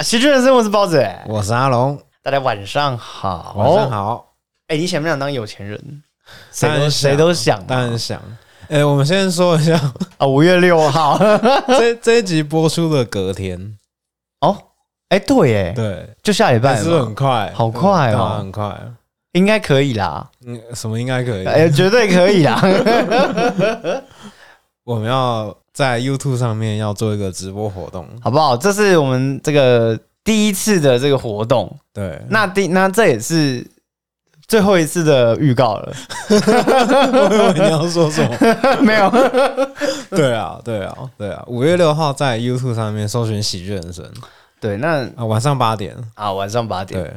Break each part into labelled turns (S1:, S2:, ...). S1: 喜剧人生，我是包子。哎
S2: 我是阿龙，
S1: 大家晚上好，
S2: 晚上。好，啊
S1: 哎、你想不想当有钱人？谁
S2: 当
S1: 都
S2: 然
S1: 谁都想嘛，
S2: 当然想。哎，我们先说 一下，
S1: 啊！五月六号，
S2: 这这一集播出的隔天，
S1: 哦，哎、对，耶，
S2: 对，
S1: 就下礼
S2: 但
S1: 拜
S2: 是
S1: 嘛，
S2: 很快，
S1: 好快哦
S2: 对啊很快。
S1: 应该可以啦，
S2: 嗯，什么应该可以？
S1: 哎、绝对可以 啦。
S2: 我们要在 YouTube 上面要做一个直播活动，
S1: 好不好？这是我们这个第一次的这个活动，
S2: 对，
S1: 那第那这也是最后一次的预告了，
S2: 我以 为你要说什么？
S1: 没 有？
S2: 对啊，对啊，对啊！五月六号在 YouTube 上面搜寻“喜剧人生
S1: 对，那”
S2: 啊，晚上八点。
S1: 啊，晚上八点。
S2: 对，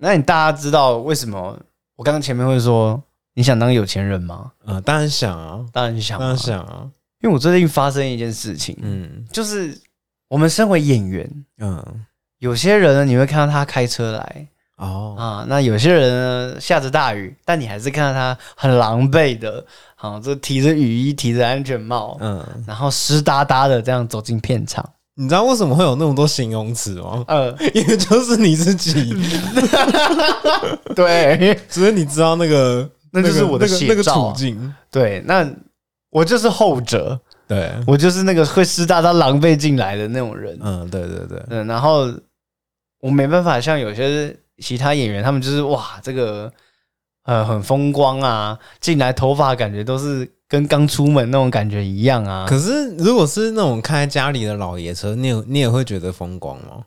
S1: 那你大家知道为什么我刚刚前面会说你想当有钱人吗？
S2: 嗯，当然想啊，
S1: 当然想，
S2: 当然，想啊，
S1: 因为我最近发生一件事情，
S2: 嗯
S1: 就是我们身为演员，
S2: 嗯，
S1: 有些人呢你会看到他开车来
S2: 哦，
S1: 啊，那有些人呢下着大雨，但你还是看到他很狼狈的，啊，这提着雨衣，提着安全帽，
S2: 嗯，
S1: 然后湿哒哒的这样走进片 场。
S2: 你知道为什么会有那么多形容词吗？
S1: 呃，
S2: 因为就是你自 己，
S1: 对
S2: 只是你知道那个，
S1: 那就是
S2: 个
S1: 我的
S2: 那个
S1: 写
S2: 那个
S1: 照啊
S2: 处境。
S1: 对，那我就是后者，
S2: 对，
S1: 我就是那个会湿哒哒狼狈进来的那种人。
S2: 嗯，对对对，
S1: 嗯，然后我没办法像有些其他演员，他们就是哇，这个呃很风光啊，进来头发感觉都是跟刚出门那种感觉一样啊。
S2: 可是如果是那种开家里的老爷车，你也你也会觉得风光吗？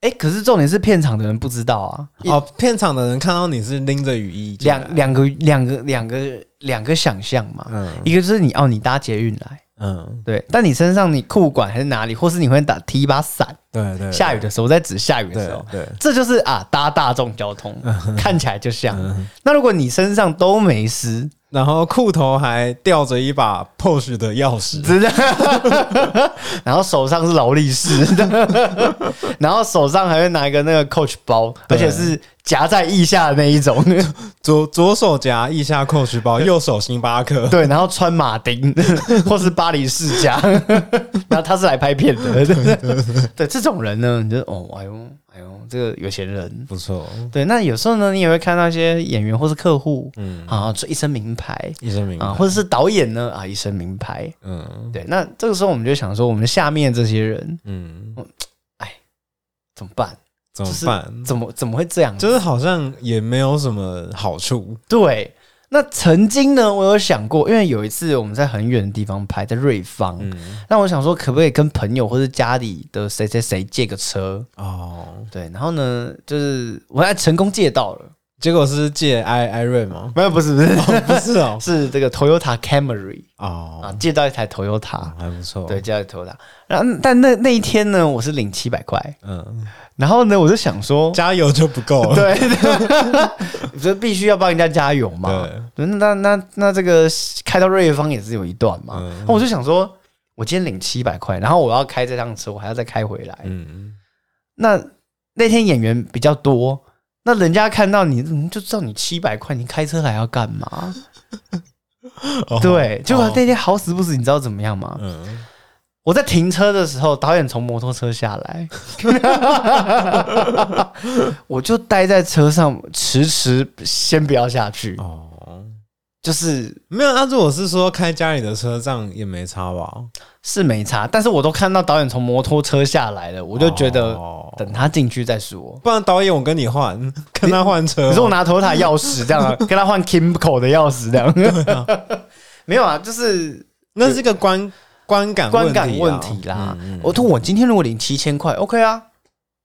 S1: 哎，可是重点是片场的人不知道啊，
S2: 哦，片场的人看到你是拎着雨衣进来，
S1: 两两个两个两个两个想象嘛，
S2: 嗯
S1: 一个就是你哦，你搭捷运来。
S2: 嗯，
S1: 对，但你身上你裤管还是哪里，或是你会打提一把伞，
S2: 对对，
S1: 下雨的时候，我在指下雨的
S2: 对
S1: 时候，
S2: 对，
S1: 这就是啊搭大众交通，看起来就像。
S2: 嗯
S1: 那如果你身上都没湿，
S2: 然后裤头还吊着一把 POS 的钥匙，
S1: 真的，然后手上是劳力士， 然后手上还会拿一个那个 Coach 包，而
S2: 对
S1: 且是夹在腋下的那一种，
S2: 左左手夹腋下扣取包，右手星巴克，
S1: 对，然后穿马丁或是巴黎世家，然后他是来拍片的， 对，这种人呢，你就哦，哎呦，哎呦，这个有钱人，
S2: 不错，
S1: 对，那有时候呢，你也会看到一些演员或是客户，
S2: 嗯，
S1: 啊，穿一身名牌
S2: 医生明白
S1: 啊，，或者是导演呢啊，一身名牌。
S2: 嗯
S1: 对，那这个时候我们就想说，我们下面这些人
S2: 嗯，
S1: 怎么办？
S2: 怎么
S1: 就是
S2: 办？
S1: 怎么怎么会这样？
S2: 就是好像也没有什么好处。
S1: 对。那曾经呢，我有想过，因为有一次我们在很远的地方拍，在瑞芳，
S2: 嗯，
S1: 那我想说，可不可以跟朋友或者家里的谁谁谁借个车？
S2: 哦，
S1: 对，然后呢，就是我还成功借到了，？
S2: 结果是借 i i 瑞吗
S1: 没有，不 是不是，
S2: 哦，不是哦，
S1: 是这个 Toyota Camry 啊，
S2: 哦，
S1: 借到一台 Toyota，、
S2: 啊还不错。
S1: 对，，叫头打。然后，但那那一天呢，我是领七百块，
S2: 嗯，
S1: 然后呢，我就想说，
S2: 加油就不够了。
S1: 对， 就必须要帮人家加油嘛。对
S2: 对，
S1: 那那那那这个开到瑞芳也是有一段嘛。
S2: 嗯
S1: 那我就想说，我今天领七百块，然后我要开这趟车，我还要再开回来。
S2: 嗯，
S1: 那那天演员比较多，那人家看到你，嗯就知道你七百块，你开车来要干嘛？
S2: 哦
S1: 对，结果
S2: 哦
S1: 那天好死不死，你知道怎么样吗？
S2: 嗯，
S1: 我在停车的时候，导演从摩托车下 来，我就待在车上，迟迟先不要下去，
S2: 哦，
S1: 就是
S2: 没有。那如果是说开家里的车，这样也没差吧？
S1: 是没差，但是我都看到导演从摩托车下来了，我
S2: 我
S1: 就觉得
S2: 得
S1: 等他进去再说。
S2: 哦不然导演我跟你换， 跟他换车。
S1: 你说我拿头塔钥匙这样、 啊，跟他换 Kimco 的钥匙这样， 没有啊，就是
S2: 那是一个观观感
S1: 观
S2: 问题啊
S1: 感问题啦。
S2: 嗯嗯
S1: 我说我今天如果领七千块，OK 啊，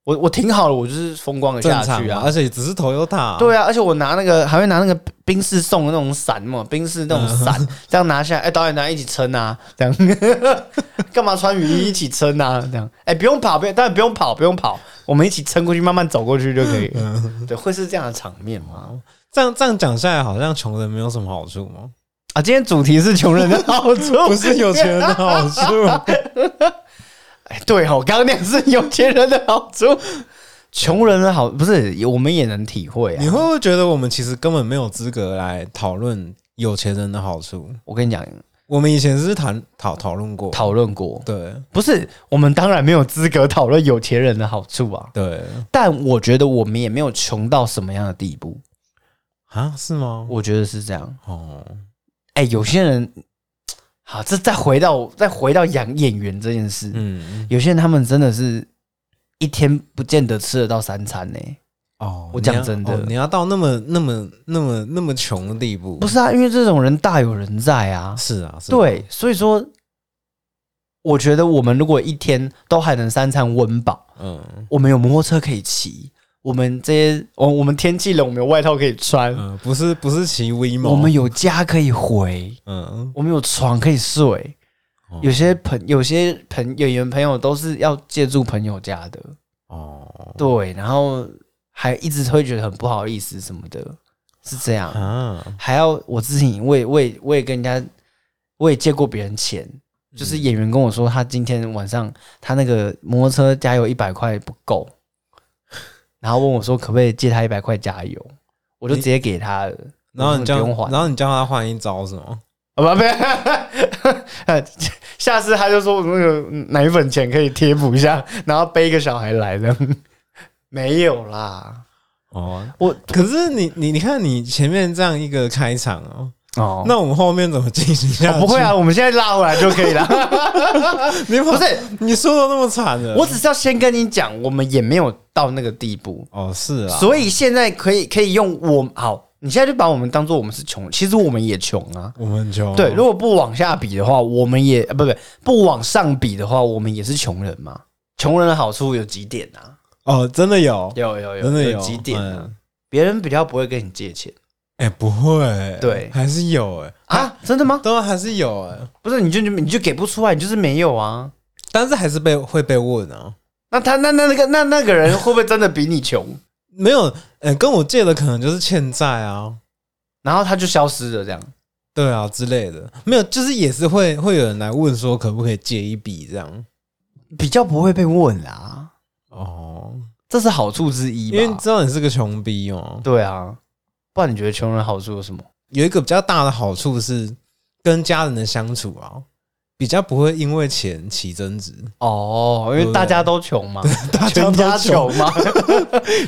S1: 我我停好了，我就是风光的
S2: 正
S1: 下
S2: 常
S1: 去啊
S2: 啊，，而且只是 Toyota。
S1: 对啊，而且我拿那个还会拿那个冰室送的那种伞嘛，冰室那种伞，
S2: 嗯
S1: 这样拿下来，哎、导演大家一起撑 啊，这样干嘛穿雨衣一起撑啊？这样，哎、不用跑，不用，当然不用跑，不用跑，我们一起撑过去，慢慢走过去就可以了。
S2: 嗯
S1: 对，会是这样的场面吗？
S2: 这样这样讲下来，好像穷人没有什么好处吗？
S1: 啊，今天主题是穷人的好处，
S2: 不是有钱人的好处，
S1: 哎、对哦，刚刚那样是有钱人的好处，穷人的好不是，我们也能体会啊
S2: 你。会不会觉得我们其实根本没有资格来讨论有钱人的好处？
S1: 我跟你讲，
S2: 我们以前是谈讨讨论过，
S1: 讨论过，
S2: 对
S1: 不是我们当然没有资格讨论有钱人的好处啊，
S2: 对
S1: 但我觉得我们也没有穷到什么样的地步，
S2: 啊，是吗？
S1: 我觉得是这样。
S2: 哦，
S1: 哎、有些人，好，这再回到再回到养演员这件事，
S2: 嗯，
S1: 有些人他们真的是一天不见得吃得到三餐呢、
S2: 哦，
S1: 我讲
S2: 你要
S1: 真的
S2: 哦你要到那么那么那么那么穷的地步，
S1: 不是啊，因为这种人大有人在啊。
S2: 是啊，是啊，
S1: 对，所以说，我觉得我们如果一天都还能三餐温饱，
S2: 嗯
S1: 我们有摩托车可以骑，我们这些，我我们天气冷，我们有外套可以穿，
S2: 嗯，不是不是骑 V 吗？
S1: 我们有家可以回，
S2: 嗯
S1: 我们有床可以睡
S2: 哦。
S1: 有些朋有些朋演员朋友都是要借住朋友家的，
S2: 哦
S1: 对，然后还一直会觉得很不好意思什么的，是这样。
S2: 啊，
S1: 还要我之前我也我也我也跟人家我也借过别人钱，就是演员跟我说他今天晚上他那个摩托车加油一百块不够，然后问我说可不可以借他一百块加油，我就直接给他了，
S2: 然后你
S1: 我
S2: 叫
S1: 根本不用还，
S2: 然后你叫他换一招是吗？
S1: 啊不不， 下次他就说那个奶粉钱可以贴补一下，然后背一个小孩来的， 没有啦，
S2: 哦，
S1: 我
S2: 可是你你你看你前面这样一个开场哦，
S1: 哦
S2: 那我们后面怎么进行下
S1: 哦不
S2: 去？
S1: 会，啊，我们现在拉回来就可以了。
S2: 你 不
S1: 不是，
S2: 你说的那么惨的，
S1: 我只是要先跟你讲，我们也没有到那个地步，
S2: 哦是啊，
S1: 所以现在可以可以用我好，你现在就把我们当做我们是穷，其实我们也穷啊。
S2: 我们很穷，
S1: 对，如果不往下比的话，我们也呃不不不往上比的话，我们也是穷人嘛。穷人的好处有几点啊？
S2: 哦真的有，
S1: 有有有，
S2: 真的
S1: 几点啊？
S2: 嗯
S1: 别人比较不会跟你借钱
S2: 哎、不会，
S1: 对
S2: 还是有哎、
S1: 啊？真的吗？
S2: 当然还是有哎、
S1: 不是，你就你就给不出来，你就是没有啊。
S2: 但是还是被会被问啊。
S1: 那他那那那个那那个人会不会真的比你穷？
S2: 没有，哎、跟我借的可能就是欠债啊，
S1: 然后他就消失了，这样
S2: 对啊之类的，没有，就是也是会会有人来问说可不可以借一笔这样。
S1: 比较不会被问啦。
S2: 哦，
S1: 这是好处之一吧？
S2: 因为知道你是个穷逼哦。
S1: 对啊，不然你觉得穷人好处有什么？
S2: 有一个比较大的好处是跟家人的相处啊，比较不会因为钱起争执，
S1: 哦，因为大家都穷 嘛，
S2: 大
S1: 全家
S2: 都穷，
S1: 穷嘛？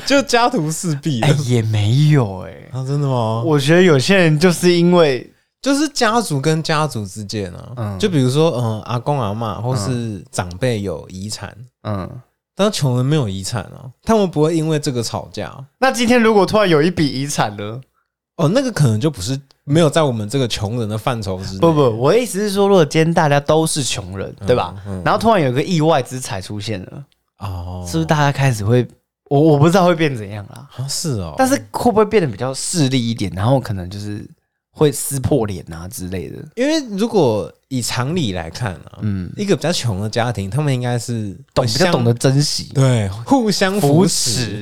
S2: 就家徒四壁 的
S1: 哎，也没有哎、
S2: 啊，真的吗？
S1: 我觉得有些人就是因为
S2: 就是家族跟家族之间啊，
S1: 嗯
S2: 就比如说，嗯，阿公阿嬷或是长辈有遗产，
S1: 嗯，
S2: 但是穷人没有遗产啊，他们不会因为这个吵架。
S1: 那今天如果突然有一笔遗产呢？
S2: 哦，那个可能就不是没有在我们这个穷人的范畴之内。
S1: 不不，我的意思是说，如果今天大家都是穷人，对吧？
S2: 嗯
S1: 然后突然有个意外之财出现了，
S2: 哦，
S1: 是不是大家开始会？我我不知道会变怎样啦，
S2: 啊是哦，
S1: 但是会不会变得比较势利一点？然后可能就是会撕破脸啊之类的。
S2: 因为如果以常理来看啊，
S1: 嗯，
S2: 一个比较穷的家庭，他们应该是
S1: 懂
S2: 会
S1: 比较
S2: 相
S1: 懂得珍惜，
S2: 对互相扶
S1: 扶
S2: 持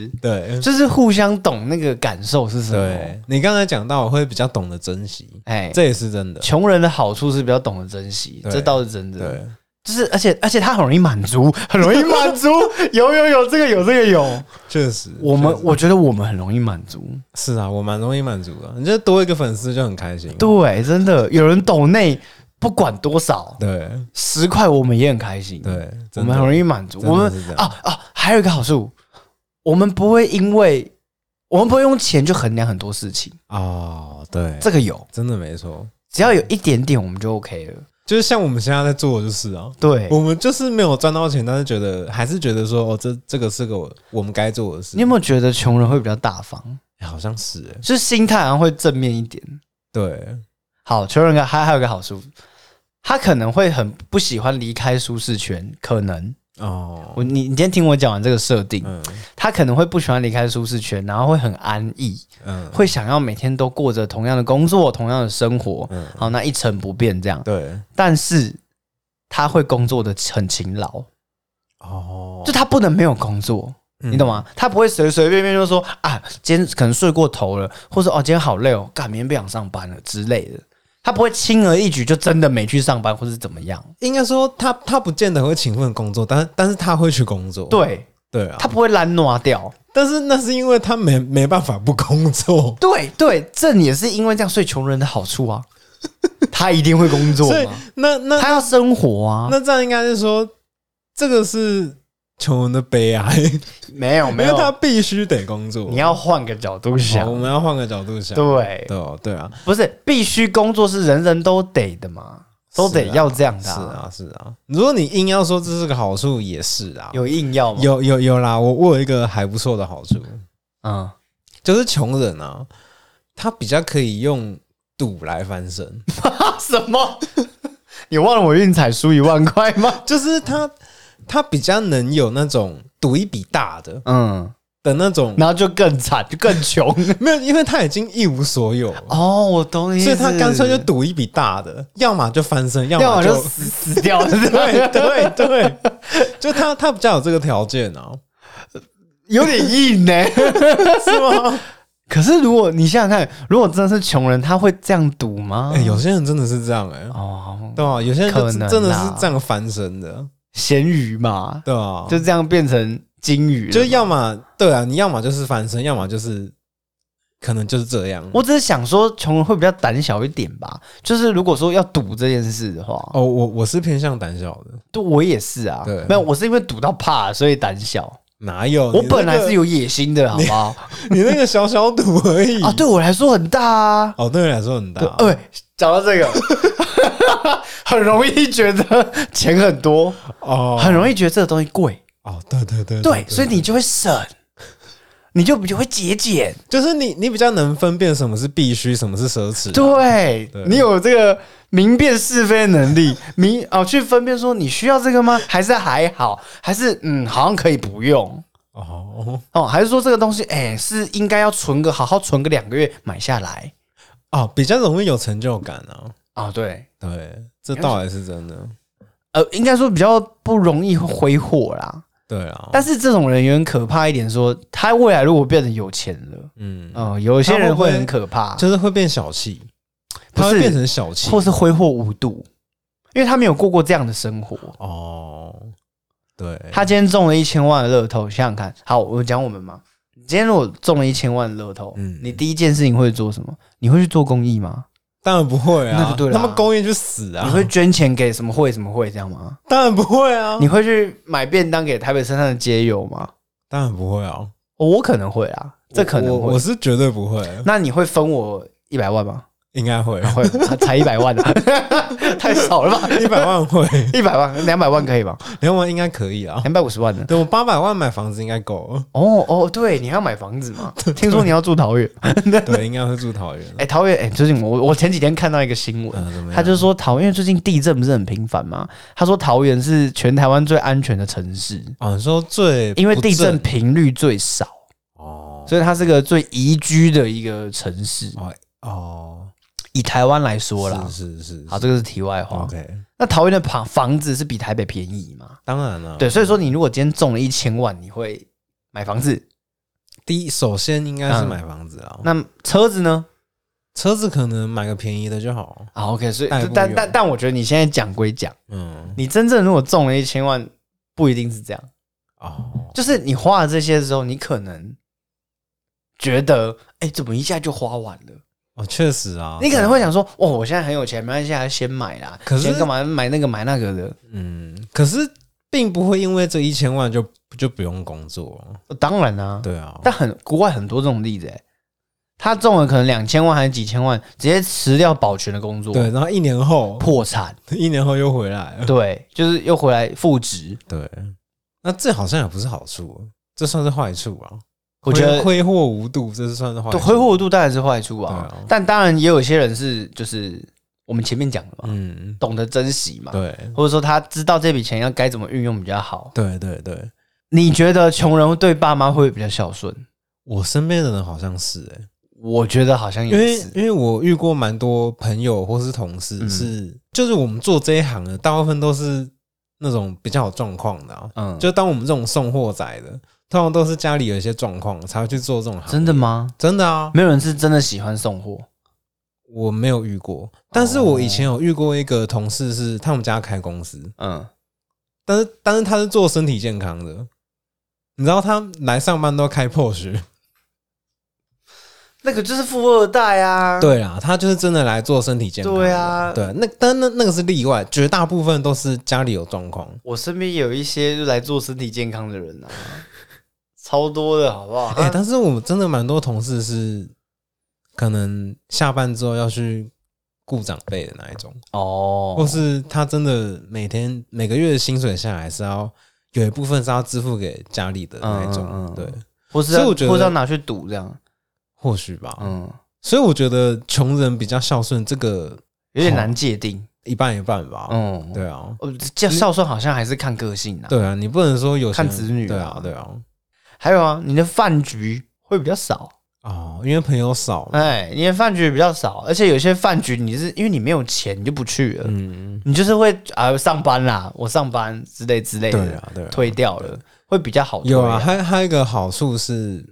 S1: 持，
S2: 对
S1: 就是互相懂那个感受是什么。
S2: 对。你刚才讲到，我会比较懂得珍惜，
S1: 哎，
S2: 这也是真的。
S1: 穷人的好处是比较懂得珍惜，
S2: 对
S1: 这倒是真的。
S2: 对，
S1: 就是而且而且他很容易满 足，很容易满足。有有有，这个有这个有。
S2: 确实，
S1: 我
S2: 确
S1: 们
S2: 实
S1: 我觉得我们很容易满足，
S2: 是啊，我蛮容易满足的。你就多一个粉丝就很开心。
S1: 对，真的有人抖内不管多少，
S2: 对
S1: 十块我们也很开心。
S2: 对，
S1: 我
S2: 真
S1: 们
S2: 的
S1: 很容易满足。
S2: 真的
S1: 我们
S2: 是这样
S1: 啊啊，还有一个好处，我们不会因为我们不会用钱去衡量很多事情，
S2: 哦，对，
S1: 这个有，
S2: 真的没错。
S1: 只要有一点点我们就 OK 了。
S2: 就是像我们现在在做的就是啊，
S1: 对，
S2: 我们就是没有赚到钱，但是觉得还是觉得说，哦，这这个是个我我们该做的事
S1: 你。有没有觉得穷人会比较大方？
S2: 哎好像是哎，
S1: 就是欸心态好像会正面一点。
S2: 对，
S1: 好，穷人还还有一个好处，他可能会很不喜欢离开舒适圈。可能
S2: 哦，
S1: 我你你今天听我讲完这个设定，
S2: 嗯
S1: 他可能会不喜欢离开舒适圈，然后会很安逸，
S2: 嗯，
S1: 会想要每天都过着同样的工作、同样的生活，
S2: 嗯
S1: 好那一成不变这样。
S2: 对，
S1: 但是他会工作的很勤劳，
S2: 哦，
S1: 就他不能没有工作。
S2: 嗯
S1: 你懂？吗？他不会随随便便就说啊，今天可能睡过头了，或者哦，今天好累哦，干，明天不想上班了之类的。他不会轻而易举就真的没去上班，或是怎么样。
S2: 应该说他他不见得会勤奋工作，但是但是他会去工作。
S1: 对
S2: 对啊，
S1: 他不会懒挪掉。
S2: 但是那是因为他没没办法不工作。
S1: 对对，这也是因为这样，所以穷人的好处啊。他一定会工作
S2: 所以
S1: 嘛，
S2: 那那
S1: 他要生活啊。
S2: 那这样应该是说，这个是穷人的悲哀，
S1: 没有 哦
S2: 因
S1: 哦没
S2: 为他
S1: 有，
S2: 必须得工作。
S1: 你要换个角度
S2: 好
S1: 想
S2: 我，们要换个角度想，
S1: 对，
S2: 对哦，对啊，
S1: 不是必须工作是人人都得的嘛，都得
S2: 是啊
S1: 要这样
S2: 是
S1: 的、
S2: 啊，是啊。如果你硬要说这是个好处，也是啊，
S1: 有硬要吗？，
S2: 有有有啦，我我有一个还不错的好处，
S1: 嗯，
S2: 就是穷人啊，他比较可以用赌来翻身，
S1: 什么？ 你忘了我运彩输一万块吗？
S2: 就是他他比较能有那种赌一笔大的
S1: 嗯，
S2: 的 那种，
S1: 然后就更惨，就更穷。
S2: 没有，因为他已经一无所有了。
S1: 哦，我懂你
S2: 所以他干脆就赌一笔大的，要么就翻身，要
S1: 要
S2: 么
S1: 么
S2: 就
S1: 就 死死掉了。
S2: 对对对，就他他比较有这个条件 哦、
S1: 有点硬呢、
S2: 是吗？
S1: 可是如果你想想看，如果真的是穷人，他会这样赌吗？
S2: 哎有些人真的是这样哎、
S1: 哦，
S2: 对啊，有些人就
S1: 可
S2: 真
S1: 能啦
S2: 真的是这样翻身的，
S1: 咸鱼嘛，
S2: 对啊，
S1: 就这样变成金鱼了。
S2: 就是要么对啊，你要么就是翻身，要么就是可能就是这样。
S1: 我只是想说，穷人会比较胆小一点吧。就是如果说要赌这件事的话，
S2: 哦，我我是偏向胆小的，
S1: 对哦我也是啊。
S2: 对
S1: 没有，我是因为赌到怕，所以胆小。
S2: 哪有？
S1: 我
S2: 你那个
S1: 本来是有野心的，好不 好？
S2: 你那个小小赌而已
S1: 啊，对我来说很大啊。
S2: 哦，对你来说很大
S1: 对，，呃，讲到这个， 很容易觉得钱很多，
S2: 哦，
S1: 很容易觉得这个东西贵，
S2: 哦，对对对
S1: 对，所以你就会省，你就比较会节俭，
S2: 就是你你比较能分辨什么是必须，什么是奢侈啊、
S1: 对
S2: 对
S1: 你有这个明辨是非的能力， 明哦去分辨说你需要这个吗？还是还好？还是嗯，好像可以不用
S2: 哦
S1: 哦？还是说这个东西，哎、是应该要存个好好存个两个月买下来
S2: 哦，比较容易有成就感啊。
S1: 啊、哦？对，
S2: 对，这倒也是真的。
S1: 呃，应该说比较不容易挥霍啦。
S2: 对啊，
S1: 但是这种人也很可怕一点说，他未来如果变得有钱了，
S2: 嗯，
S1: 嗯、有些人会很可怕，
S2: 就是会变小气，
S1: 不
S2: 他
S1: 是
S2: 会变成小气
S1: 或是挥霍无度，因为他没有过过这样的生活。
S2: 哦。对，
S1: 他今天中了一千万的乐透，想想看，好，我讲我们嘛，你今天如果中了一千万的乐透，
S2: 嗯
S1: 你第一件事情会做什么？你会去做公益吗？
S2: 当然不会啊，
S1: 那就对了
S2: 他
S1: 啊
S2: 们公益去死啊，
S1: 你会捐钱给什么会什么会这样吗？
S2: 当然不会啊，
S1: 你会去买便当给台北深上的街友吗？
S2: 当然不会啊，
S1: 哦我可能会啊，这可
S2: 我
S1: 能
S2: 我
S1: 会。
S2: 是绝对不会，
S1: 那你会分我一百万吗？
S2: 应该会，
S1: 会吗，才一百万 啊， 太少了吧？
S2: 一百万会，
S1: 一百万、两百万可以吧？
S2: 两万应该可以啊。
S1: 两百五十万呢？
S2: 对我八百万买房子应该够了，
S1: 哦哦，对，你还要买房子嘛？听说你要住桃园，
S2: 对，应该会住桃园。
S1: 哎、桃园，哎、最近我我前几天看到一个新闻，
S2: 嗯，怎么样？
S1: 他就说桃，因为最近地震不是很频繁嘛，他说桃园是全台湾最安全的城市，
S2: 哦，你说最
S1: 因为地震
S2: 不正
S1: 频率最少，
S2: 哦
S1: 所以它是个最宜居的一个城市。
S2: 哦，
S1: 以台湾来说啦，
S2: 是是是
S1: 好，这个是题外话。
S2: ，OK，
S1: 那桃园的房房子是比台北便宜嘛？
S2: 当然了，
S1: 对，所以说你如果今天中了一千万，你会买房子？
S2: 第一，首先应该是买房子啊。
S1: 嗯那车子呢？
S2: 车子可能买个便宜的就好。
S1: 啊，OK，所以
S2: 代步
S1: 但
S2: 用
S1: 但但我觉得你现在讲归讲，
S2: 嗯，
S1: 你真正如果中了一千万，不一定是这样。
S2: 哦，
S1: 就是你花了这些之后，你可能觉得，哎、怎么一下就花完了？
S2: 哦，确实啊，
S1: 你可能会想说，哦，我现在很有钱，没关系，还是先买啦。
S2: 可是
S1: 先干嘛买那个买那个的？
S2: 嗯，可是并不会因为这一千万就就不用工作。
S1: 哦当然啊，
S2: 对啊，
S1: 但很国外很多这种例子、哎，他中了可能两千万还是几千万，直接辞掉保全的工作，
S2: 对，，然后一年后，
S1: 破产，
S2: 一年后又回来了。
S1: 对，就是又回来复 职。
S2: 对，那这好像也不是好处，这算是坏处啊。
S1: 我觉得
S2: 挥挥霍无度，这是算是坏处。
S1: 对，挥霍度当然是坏处啊，
S2: 对啊
S1: 但当然也有些人是就是我们前面讲的嘛，
S2: 嗯，
S1: 懂得珍惜嘛，
S2: 对，
S1: 或者说他知道这笔钱要该怎么运用比较好。
S2: 对对对，
S1: 你觉得穷人对爸妈会比较孝顺？
S2: 我身边的人好像是哎、
S1: 我觉得好像
S2: 因为
S1: 也嗯是，
S2: 因为我遇过蛮多朋友或是同事
S1: 嗯
S2: 是，就是我们做这一行的，大部分都是那种比较有状况的、啊。
S1: 嗯，
S2: 就当我们这种送货仔的，通常都是家里有一些状况才会去做这种行业
S1: 真的？吗？
S2: 真的啊，
S1: 没有人是真的喜欢送货
S2: 我没有遇过，但是我以前有遇过一个同事是他们家开公司，
S1: 嗯，
S2: 但是但是他是做身体健康的，你知道他来上班都开 POS，
S1: 那个就是富二代啊。
S2: 对啦，他就是真的来做身体健康的。
S1: 对啊
S2: 对，那但那那个是例外，绝大部分都是家里有状况。
S1: 我身边有一些就来做身体健康的 人啊，超多的好不啊好？
S2: 哎、但是我们真的蛮多同事是，可能下班之后要去顾长辈的那一种，或
S1: 哦，
S2: 是他真的每天每个月的薪水下来是要有一部分是要支付给家里的那一种，
S1: 嗯嗯嗯
S2: 对，
S1: 或是
S2: 所以
S1: 要
S2: 我觉得
S1: 或是要拿去赌这样，
S2: 或许吧。
S1: 嗯，
S2: 所以我觉得穷人比较孝顺，这个
S1: 有点难界定。
S2: 一半一半吧。
S1: 嗯，
S2: 对啊，
S1: 哦，这孝顺好像还是看个性啊。
S2: 对啊，你不能说有钱人
S1: 看子女啊
S2: 对啊，对啊，
S1: 还有啊，你的饭局会比较少，
S2: 哦，因为朋友少嘛，
S1: 哎，你的饭局比较少，而且有些饭局你是因为你没有钱，你就不去了，
S2: 嗯，
S1: 你就是会啊上班啦，我上班之类之类
S2: 对
S1: 的，
S2: 啊，对啊，
S1: 推掉了会比较好推。
S2: 有啊，还还有一个好处是，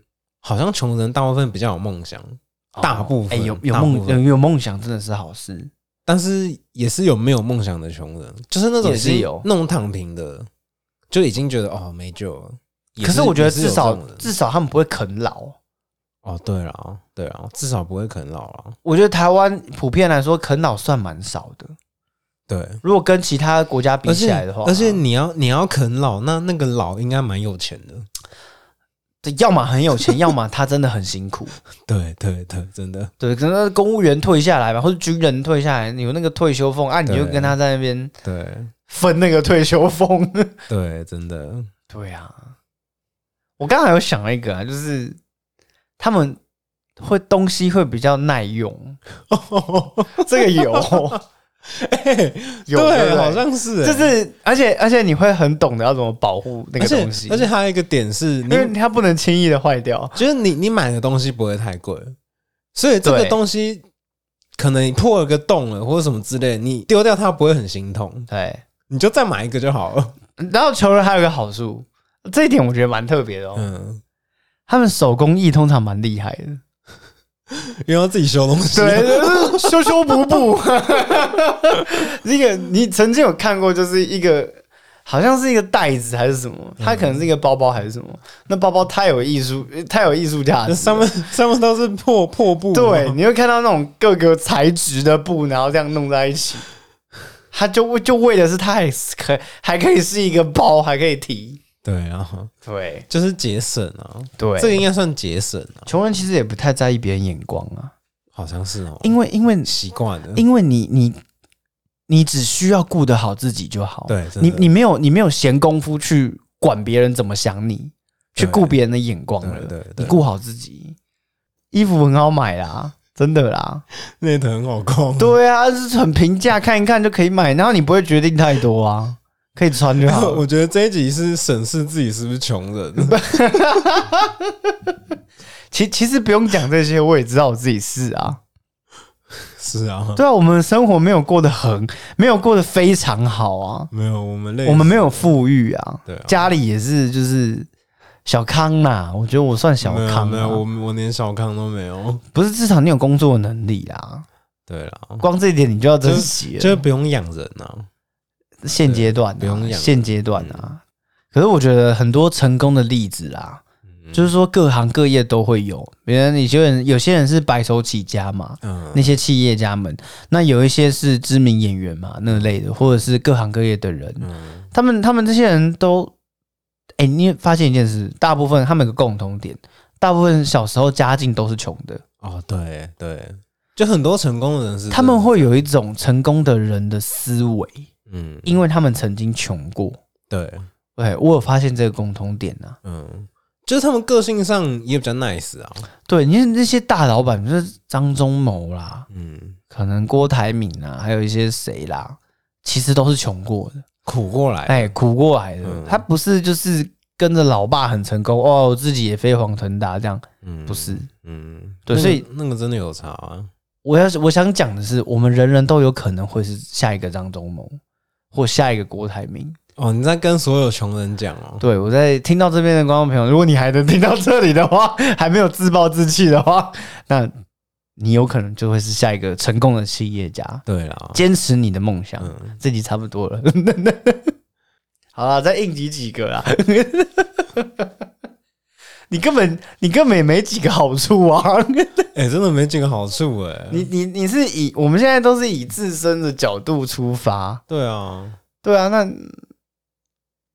S2: 好像穷人大部分比较有梦想，
S1: 哦，
S2: 大部分
S1: 哎有有
S2: 大部
S1: 梦
S2: 分
S1: 有有梦想真的是好事。
S2: 但是也是有没有梦想的穷人，就是那种
S1: 也是
S2: 已经
S1: 有
S2: 那种躺平的，就已经觉得哦没救了。也
S1: 可是我觉得
S2: 也
S1: 至
S2: 有这
S1: 少
S2: 种人
S1: 至少他们不会啃老。
S2: 哦，对了，对啊，至少不会啃老了。
S1: 我觉得台湾普遍来说啃老算蛮少的，
S2: 对，
S1: 如果跟其他国家比
S2: 而
S1: 起
S2: 且
S1: 来的话，
S2: 而且你要你要啃老，那那个老应该蛮有钱的。
S1: 这要么很有 钱，要么他真的很辛苦。
S2: 对对对，真的
S1: 对，可能公务员退下来吧，或者军人退下来，有那个退休俸啊，你
S2: 对
S1: 就跟他在那边
S2: 对
S1: 分那个退休俸。
S2: 对，真的
S1: 对啊，我刚才有想了一个啊，就是他们会东西会比较耐用， 这个 有有
S2: 对，
S1: 不
S2: 好像是欸、
S1: 就是，而且而且你会很懂得要怎么保护那
S2: 而
S1: 个
S2: 且
S1: 东西，
S2: 而且还有一个点是，
S1: 因
S2: 你
S1: 为它不能轻易的坏掉。
S2: 就是你你买的东西不会太贵，所以这个
S1: 对
S2: 东西可能你破了个洞了或者什么之类，你丢掉它不会很心痛，
S1: 对，
S2: 你就再买一个就好了。
S1: 然后球人还有一个好处，这一点我觉得蛮特别的哦，
S2: 嗯，
S1: 他们手工艺通常蛮厉害的。
S2: 因为要自己修东西。
S1: 对，就是修修补补。 那个你曾经有看过，就是一个好像是一个袋子还是什么，它可能是一个包包还是什么。那包包太有艺术，太有艺术价值
S2: 那
S1: 了。
S2: 上面上面都是破破布，啊
S1: 对，，你会看到那种各个材质的布，然后这样弄在一起。它就就为的是它还是可还可以是一个包，还可以提。
S2: 对啊，
S1: 对
S2: 就是节省啊，
S1: 对，
S2: 这个应该算节省啊，
S1: 穷人其实也不太在意别人眼光啊，
S2: 好像是哦，
S1: 因为因为
S2: 习惯了，
S1: 因为你你你只需要顾得好自己就好。
S2: 对真的
S1: 你你没有你没有闲工夫去管别人怎么想你，去顾别人的眼光了。
S2: 对对对
S1: 你顾好自己，衣服很好买啦，真的啦。
S2: 那头很好逛，
S1: 对啊，就是很平价，看一看就可以买，然后你不会决定太多啊，可以穿就好了。
S2: 我觉得这一集是审视自己是不是穷人，啊
S1: 其其实不用讲这些，我也知道我自己是啊。
S2: 是啊，
S1: 对啊，我们生活没有过得很，没有过得非常好啊。
S2: 没有我们累死，
S1: 我们没有富裕啊，
S2: 对啊
S1: 家里也是就是小康啦。我觉得我算小
S2: 没有
S1: 康
S2: 没
S1: 啊，
S2: 有，我们我连小康都没有，
S1: 不是至少你有工作能力啦，
S2: 对啦，
S1: 光这一点你就要珍惜了。
S2: 就是不用养人啊。
S1: 现阶段、啊，
S2: 不用养嗯
S1: 现阶段啊。可是我觉得很多成功的例子啊，
S2: 嗯
S1: 就是说各行各业都会有，别人有些人有些人是白手起家嘛，
S2: 嗯，
S1: 那些企业家们，那有一些是知名演员嘛那类的，或者是各行各业的人，
S2: 嗯
S1: 他们他们这些人都，哎、你也发现一件事，大部分他们有个共同点，大部分小时候家境都是穷的，
S2: 哦，对对，就很多成功的人是
S1: 他们，会有一种成功的人的思维，
S2: 嗯，
S1: 因为他们曾经穷过。
S2: 对，
S1: 对我有发现这个共同点啊，
S2: 嗯，就是他们个性上也比较 nice 啊，
S1: 对，你看那些大老板，就是张忠谋啦，
S2: 嗯，
S1: 可能郭台铭啊，还有一些谁啦，其实都是穷过的。
S2: 苦过来，
S1: 哎，苦过来的，
S2: 嗯
S1: 他不是就是跟着老爸很成功哦，我自己也飞黄腾达这样，
S2: 嗯
S1: 不是，
S2: 嗯，
S1: 对
S2: 那个
S1: 所以
S2: 那个真的有差啊，
S1: 我要是我想讲的是，我们人人都有可能会是下一个张忠谋或下一个郭台铭。
S2: 哦，你在跟所有穷人讲哦，
S1: 对我在听到这边的观众朋友，如果你还能听到这里的话， 还没有自暴自弃的话，那你有可能就会是下一个成功的企业家，
S2: 对啦，
S1: 坚持你的梦想。
S2: 哦嗯，
S1: 这集差不多了， 好了，再应急几个啦。 你根本你根本也没几个好处啊！
S2: 哎、真的没几个好处哎、
S1: 你你你是以我们现在都是以自身的角度出发，
S2: 对啊，
S1: 对啊，那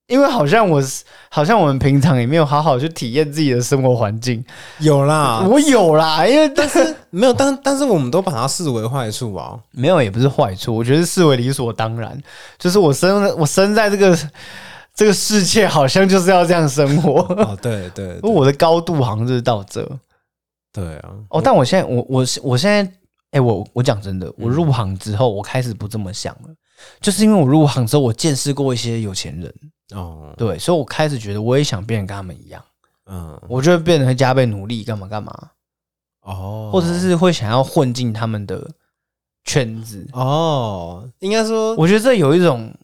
S1: 因为好像我是好像我们平常也没有好好去体验自己的生活环境，
S2: 有啦，
S1: 我有啦，因为但啊是
S2: 没有，但但是我们都把它视为坏处啊。
S1: 没有也不是坏处，我觉得视为理所当然，就是我生我生在这个这个世界，好像就是要这样生活。
S2: 哦，对对对
S1: 我的高度好像就是到这
S2: 对啊，
S1: 哦，但我现在我我是我现在，哎、我我讲真的，我入行之后，我开始不这么想了，就是因为我入行之后，我见识过一些有钱人，
S2: 哦，
S1: 对，所以我开始觉得我也想变得跟他们一样，
S2: 嗯，
S1: 我就会变得会加倍努力，干嘛干嘛，
S2: 哦，
S1: 或者是会想要混进他们的圈子。
S2: 哦，应该说，
S1: 我觉得这有一种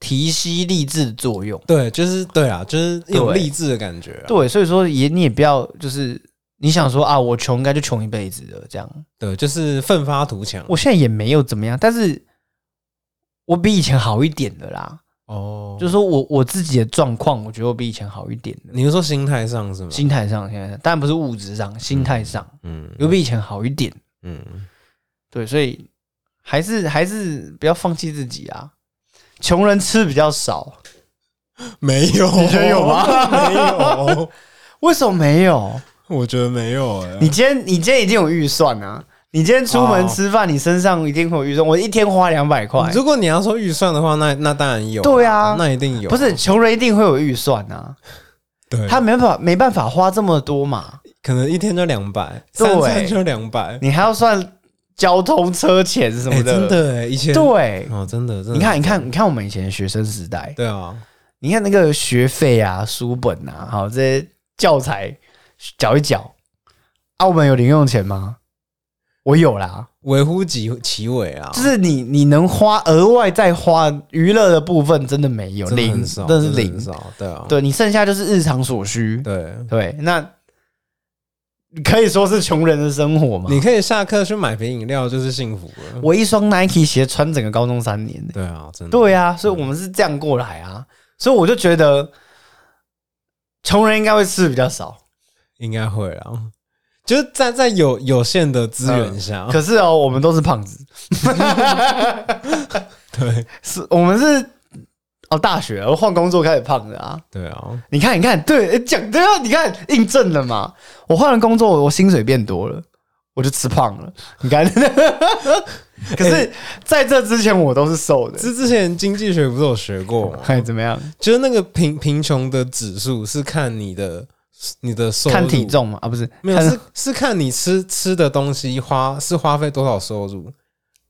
S1: 提息励志的作用。
S2: 对，就是对啊，就是一种
S1: 对
S2: 励志的感觉啊。
S1: 对，所以说也你也不要就是你想说啊，我穷应该就穷一辈子了这样。
S2: 对，就是奋发图强。
S1: 我现在也没有怎么样，但是我比以前好一点的啦。
S2: 哦，啊
S1: 就是说我我自己的状况，我觉得我比以前好一点的。
S2: 你是说心态上是吗？
S1: 心态上现在，当然不是物质上，心态上
S2: 嗯
S1: 有比以前好一点。
S2: 嗯，
S1: 对，所以还是还是不要放弃自己啊。穷人吃比较少，
S2: 没有，
S1: 你觉得有吗
S2: 没有，
S1: 为什么没有？
S2: 我觉得没有哎、
S1: 你今天你今天已经有预算啊！你今天出门吃饭，你身上一定会有预算。我一天花两百块，
S2: 如哦果你要说预算的话，那那当然有，
S1: 对啊
S2: 那一定有，
S1: 不是穷人一定会有预算啊，
S2: 对，
S1: 他没办法没办法花这么多嘛。
S2: 可能一天就两百，
S1: 对
S2: 三餐就两百，
S1: 你还要算交通车钱什
S2: 哎，
S1: 么的。
S2: 真的哎、以前
S1: 对，
S2: 哦，真的，真的，
S1: 你看，你看，你看我们以前学生时代，
S2: 对啊，
S1: 你看那个学费啊、书本啊，好这些教材缴一缴。啊，我们有零用钱吗？我有啦，
S2: 微乎其其微啊，
S1: 就是你你能花额外再花娱乐的部分，真的没有
S2: 真的
S1: 零，
S2: 很少，
S1: 那是
S2: 真的很
S1: 零。
S2: 少，对啊，
S1: 对你剩下就是日常所需，
S2: 对，
S1: 对，那可以说是穷人的生活嘛。
S2: 你可以下课去买瓶饮料，就是幸福了。
S1: 我一双 Nike 鞋穿整个高中三年，
S2: 对啊，真的，
S1: 对啊，所以我们是这样过来啊，所以我就觉得穷人应该会吃的比较少。
S2: 应该会啊，就是在在有有限的资源下，
S1: 可是哦，我们都是胖子，
S2: 对
S1: 是我们是哦，大学我换工作开始胖的啊。
S2: 对啊，
S1: 你看，你看，对，诶讲对啊，你看印证了嘛。我换了工作，我薪水变多了，我就吃胖了。你 看，可
S2: 哎
S1: 是在这之前我都是瘦的。
S2: 之之前经济学不是有学过吗？
S1: 看怎么样？
S2: 就是那个贫贫穷的指数是看你的你的收入，
S1: 看体重嘛？啊，不是，
S2: 没有
S1: 看
S2: 是是看你吃吃的东西花是花费多少收入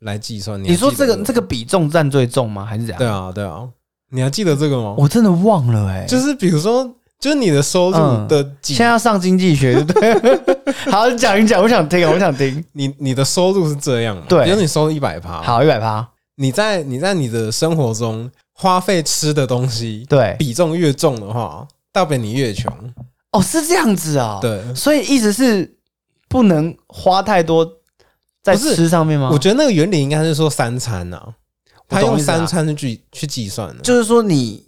S2: 来计算。你还
S1: 你说
S2: 记得
S1: 这个
S2: 吗
S1: 这个比重占最重吗？还是怎
S2: 对
S1: 样？
S2: 啊对啊，你还记得这个吗？
S1: 我真的忘了哎、
S2: 就是比如说，就是你的收入
S1: 嗯
S2: 的几
S1: 现在要上经济学，对不对？ 好，讲一讲，我想听，我想听。
S2: 你你的收入是这样嘛？
S1: 对
S2: 比如你收入一百趴，，
S1: 好，一百趴，
S2: 你在你在你的生活中花费吃的东西
S1: 对，
S2: 比重越重的话，代表你越穷。
S1: 哦，是这样子啊、，
S2: 对，
S1: 所以意思是不能花太多在
S2: 不是
S1: 吃上面吗？
S2: 我觉得那个原理应该是说三餐啊，
S1: 哦我
S2: 他
S1: 懂
S2: 用
S1: 意思啊
S2: 三餐去计去计算的，
S1: 就是说你，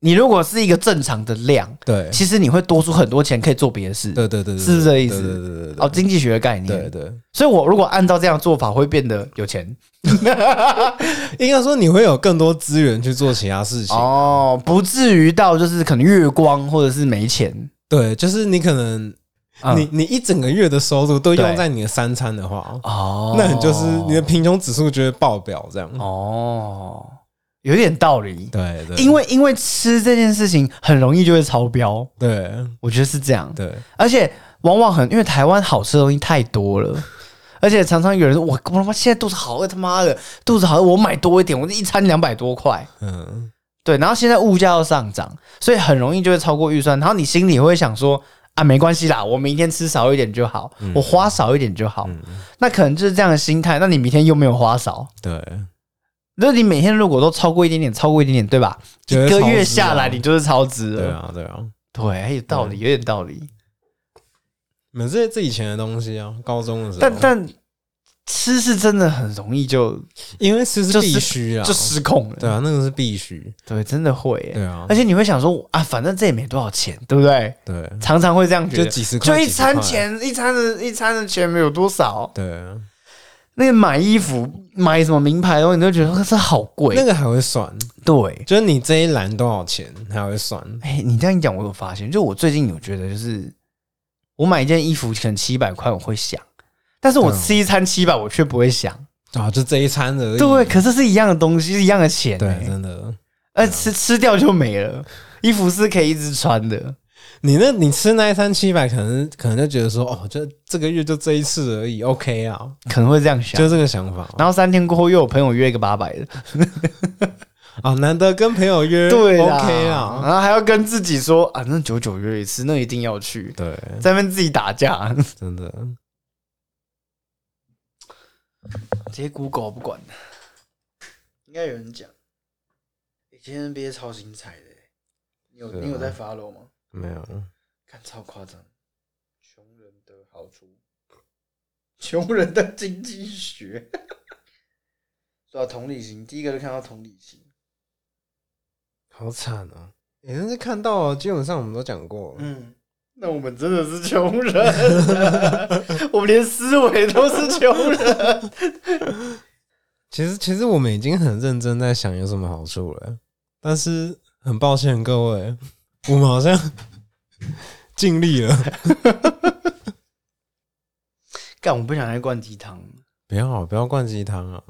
S1: 你如果是一个正常的量，
S2: 对
S1: 其实你会多出很多钱可以做别的事。
S2: 对对对，对
S1: 是不是这意思
S2: 对对对对
S1: 哦，经济学的概念。
S2: 对对对
S1: 所以我如果按照这样做法，会变得有钱。
S2: 对，应该说你会有更多资源去做其他事情。
S1: 哦，不至于到就是可能月光或者是没钱。
S2: 对，就是你可能
S1: 嗯
S2: 你你一整个月的收入都用
S1: 对
S2: 在你的三餐的话，
S1: 哦，
S2: 那你就是你的贫穷指数就会爆表这样。
S1: 哦，有点道理。
S2: 对对，
S1: 因为因为吃这件事情很容易就会超标，
S2: 对
S1: 我觉得是这样。
S2: 对
S1: 而且往往很因为台湾好吃的东西太多了，而且常常有人说：“我我他妈现在肚子好饿，他妈的肚子好饿，我买多一点，我这一餐两百多块。
S2: 嗯，”
S1: 对，然后现在物价又上涨，所以很容易就会超过预算。然后你心里会想说：“啊，没关系啦，我明天吃少一点就好，
S2: 嗯
S1: 我花少一点就好。那可能就是这样的心态。那你明天又没有花少，
S2: 对，
S1: 啊那你每天如果都超过一点点，超过一点点，对吧？
S2: 就会
S1: 一个月
S2: 超支啊
S1: 下来，你就是超支
S2: 对
S1: 了。
S2: 啊对啊，
S1: 对，还有道理，有点道理。
S2: 没有这这以前的东西啊，高中的时候，
S1: 但但吃是真的很容易就
S2: 因为吃是
S1: 就
S2: 必
S1: 是
S2: 须啊，
S1: 就失控了，
S2: 对啊，那个是必须，
S1: 对，真的会耶，
S2: 对啊
S1: 而，且你会想说啊，反正这也没多少钱，对不对？
S2: 对，
S1: 常常会这样觉
S2: 就
S1: 得，
S2: 几十块，
S1: 就一
S2: 几十
S1: 餐
S2: 块，
S1: 钱，一餐的一餐的钱没有多少，
S2: 对啊，
S1: 那个买衣服买什么名牌的东西，你都觉得这好贵。
S2: 那个还会算，
S1: 对，
S2: 就是你这一栏多少钱还会算，
S1: 哎、你这样一讲，我有发现，就我最近有觉得，就是我买一件衣服可能七百块，我会想，但是我
S2: 嗯
S1: 吃一餐七百，我却不会想。
S2: 啊，就这一餐而已，
S1: 对，可是是一样的东西，是一样的钱、
S2: 对，
S1: 欸，
S2: 真的，
S1: 而吃吃掉就没了。衣服是可以一直穿的，
S2: 你那你吃那一餐七百，可能可能就觉得说，哦，就这个月就这一次而已，OK 啊，
S1: 可能会这样想。
S2: 就这个想法
S1: 然后三天过后，又有朋友约一个八百的，
S2: 啊，难得跟朋友约，
S1: 对啦
S2: ，OK 啊，
S1: 然后还要跟自己说啊，那九九约一次，那一定要去，
S2: 对，
S1: 在那边自己打架。
S2: 真的，
S1: 直接 Google 不管了。应该有人讲，以前 NBA 超精彩的欸，你有
S2: 对啊
S1: 你有在 follow 吗？
S2: 没有，
S1: 看超夸张，穷人的好处，穷人的经济 学，对啊，同理心，第一个就看到同理心，
S2: 好惨啊！也、但是看到啊，基本上我们都讲过，
S1: 嗯。那我们真的是穷人，啊 我们连思维都是穷人。
S2: 其实其实我们已经很认真在想有什么好处了，但是很抱歉各位，我们好像 尽力了。
S1: 干，我不想再灌鸡汤了。
S2: 不要啊不要灌鸡汤啊！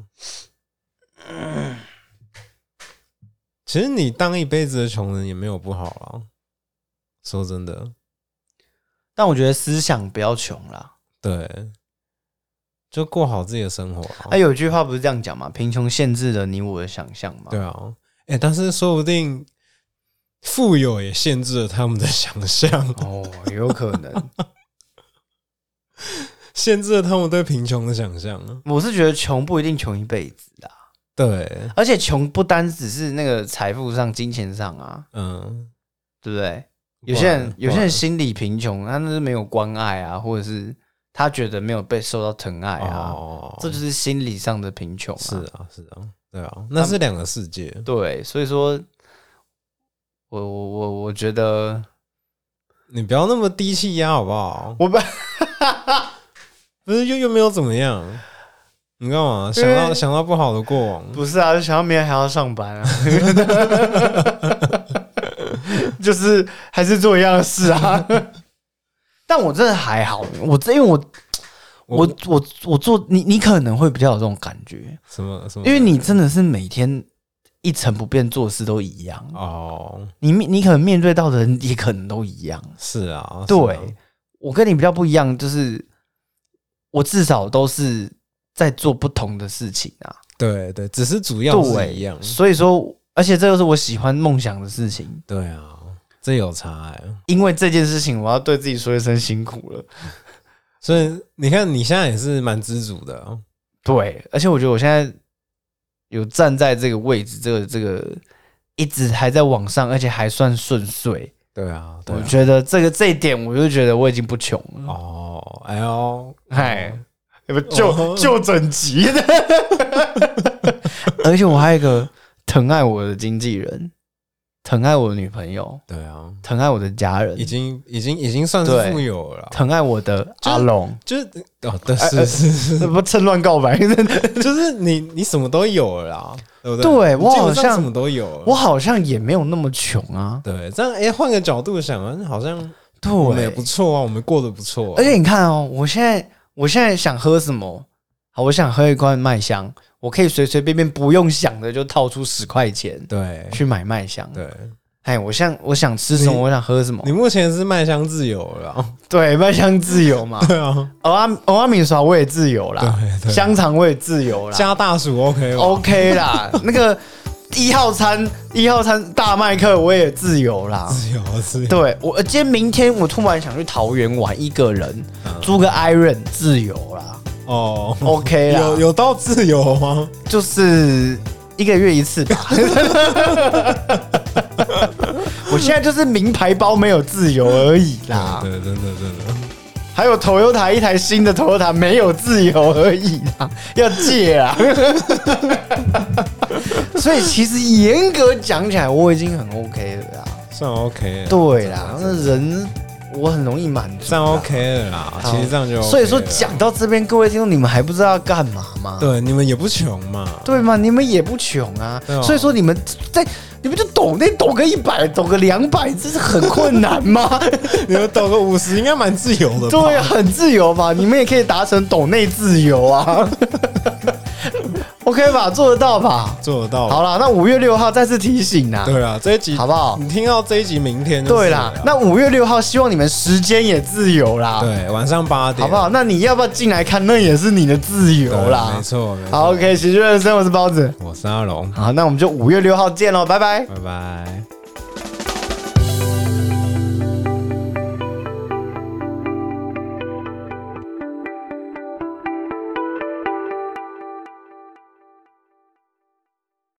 S2: 其实你当一辈子的穷人也没有不好啊。说真的，
S1: 但我觉得思想不要穷啦。
S2: 对，就过好自己的生活、啊。
S1: 哎、有句话不是这样讲吗？贫穷限制了你我的想象嘛。
S2: 对啊，哎、但是说不定富有也限制了他们的想 象，
S1: 哦，有可 能。
S2: 限制了他们对贫穷的想象啊。
S1: 我是觉得穷不一定穷一辈子啦，
S2: 对，
S1: 而且穷不单只是那个财富上、金钱上啊，
S2: 嗯，
S1: 对不对？有些人
S2: 不然
S1: 有些人
S2: 不
S1: 心理贫穷，他那是没有关爱啊，或者是他觉得没有被受到疼爱
S2: 然
S1: 啊，
S2: 哦，
S1: 这就是心理上的贫穷、啊。
S2: 是啊，是啊，对啊，那是两个世界。
S1: 对，所以说，我我我我觉得
S2: 你不要那么低气压好不好？
S1: 我不。
S2: 不是又又没有怎么样，你干嘛想
S1: 因
S2: 到
S1: 为
S2: 想到不好的过往？
S1: 不是啊，就想到明天还要上班啊， 就是还是做一样的事啊。 但我真的还好，我这因为我我我我做你你可能会比较有这种感觉，
S2: 什么什么？
S1: 因为你真的是每天一成不变，做事都一样，
S2: 哦，
S1: 你面你可能面对到的人也可能都一样。
S2: 是啊，是啊
S1: 对，我跟你比较不一样，就是我至少都是在做不同的事情啊。
S2: 对对，只是主要是一样。
S1: 所以说，而且这又是我喜欢梦想的事情，
S2: 对啊，这有差欸。
S1: 因为这件事情，我要对自己说一声辛苦了。
S2: 所以你看，你现在也是蛮知足的哦。
S1: 对，而且我觉得我现在有站在这个位置，这个这个一直还在往上，而且还算顺遂。
S2: 对啊，对
S1: 我
S2: 啊。
S1: 觉得这个这一点，我就觉得我已经不穷了。
S2: 哦，哎呦，
S1: 嗨，不
S2: 哦
S1: 就就整集的， 而且我还有一个疼爱我的经纪人，疼爱我的女朋友，
S2: 对啊，
S1: 疼爱我的家人
S2: 已，经已经已经算
S1: 对
S2: 是富有了啦。
S1: 疼爱我的
S2: 就
S1: 阿龙。
S2: 就是哦，对，
S1: 哎哎
S2: 是是是，
S1: 这不趁乱告白？
S2: 就是你你什么都有了啦，对不
S1: 对
S2: 对
S1: 我
S2: 你基本
S1: 好
S2: 上
S1: 像
S2: 什么都有了。
S1: 我好像也没有那么穷啊。
S2: 对，这样哎，换个角度想啊，好像
S1: 对，
S2: 我们也不错啊，我们过得不错啊、
S1: 而且你看哦，我现在我现在想喝什么？好，我想喝一罐麦香，我可以随随便便不用想的就掏出十块钱
S2: 对
S1: 去买麦香。
S2: 对，
S1: 哎，我想我想吃什么，
S2: 你
S1: 我想喝什么
S2: 你，目前是麦香自由了啊，
S1: 对，麦香自由 嘛。
S2: 对啊，
S1: 欧阿欧阿米耍我也自由啦，
S2: 对对
S1: 香肠我也自由啦
S2: 加大薯 OK 哦，
S1: ，OK 啦。那个一号餐一号餐大麦克我也自由 啦。
S2: 自由自由，
S1: 对我，呃今天明天我突然想去桃园玩一个人，
S2: 嗯
S1: 租个 Iron 自由啦
S2: 哦，
S1: ，OK 啦，
S2: 有有到自由 吗？
S1: 就是一个月一次吧。 我现在就是名牌包没有自由而已啦。啊
S2: 嗯对，真的真的，
S1: 还有 Toyota 一台新的 Toyota 没有自由而已啦，要戒啊！所以其实严格讲起来，我已经很 OK 了啦。
S2: 算 OK 了，
S1: 对啦，那人我很容易满足啦，
S2: 算 OK 了啦。
S1: 好
S2: 其实这样就 OK 了
S1: 所以说讲到这边，各位听众，你们还不知道要干嘛吗？
S2: 对你们也不穷嘛，
S1: 对嘛，你们也不穷啊，
S2: 对哦
S1: 所以说你们在你们就懂那懂个一百，懂个两百，这是很困难 吗？
S2: 你们抖个五十应该蛮自由的吧？
S1: 对啊，很自由嘛，你们也可以达成懂内自由啊 ，OK 吧，做得到吧？
S2: 做得到。
S1: 好，啦，那五月六号再次提醒啦，
S2: 对啦，这一集
S1: 好不好？
S2: 你听到这一集，明天就是
S1: 对啦，那五月六号希望你们时间也自由啦，
S2: 对晚上八点，
S1: 好不好？那你要不要进来看？那也是你的自由
S2: 对
S1: 啦
S2: 没。错，没错。
S1: 好，OK，喜剧人生，我是包子。
S2: 我是阿龙，
S1: 好，那我们就五月六号见喽，拜拜。
S2: 拜拜。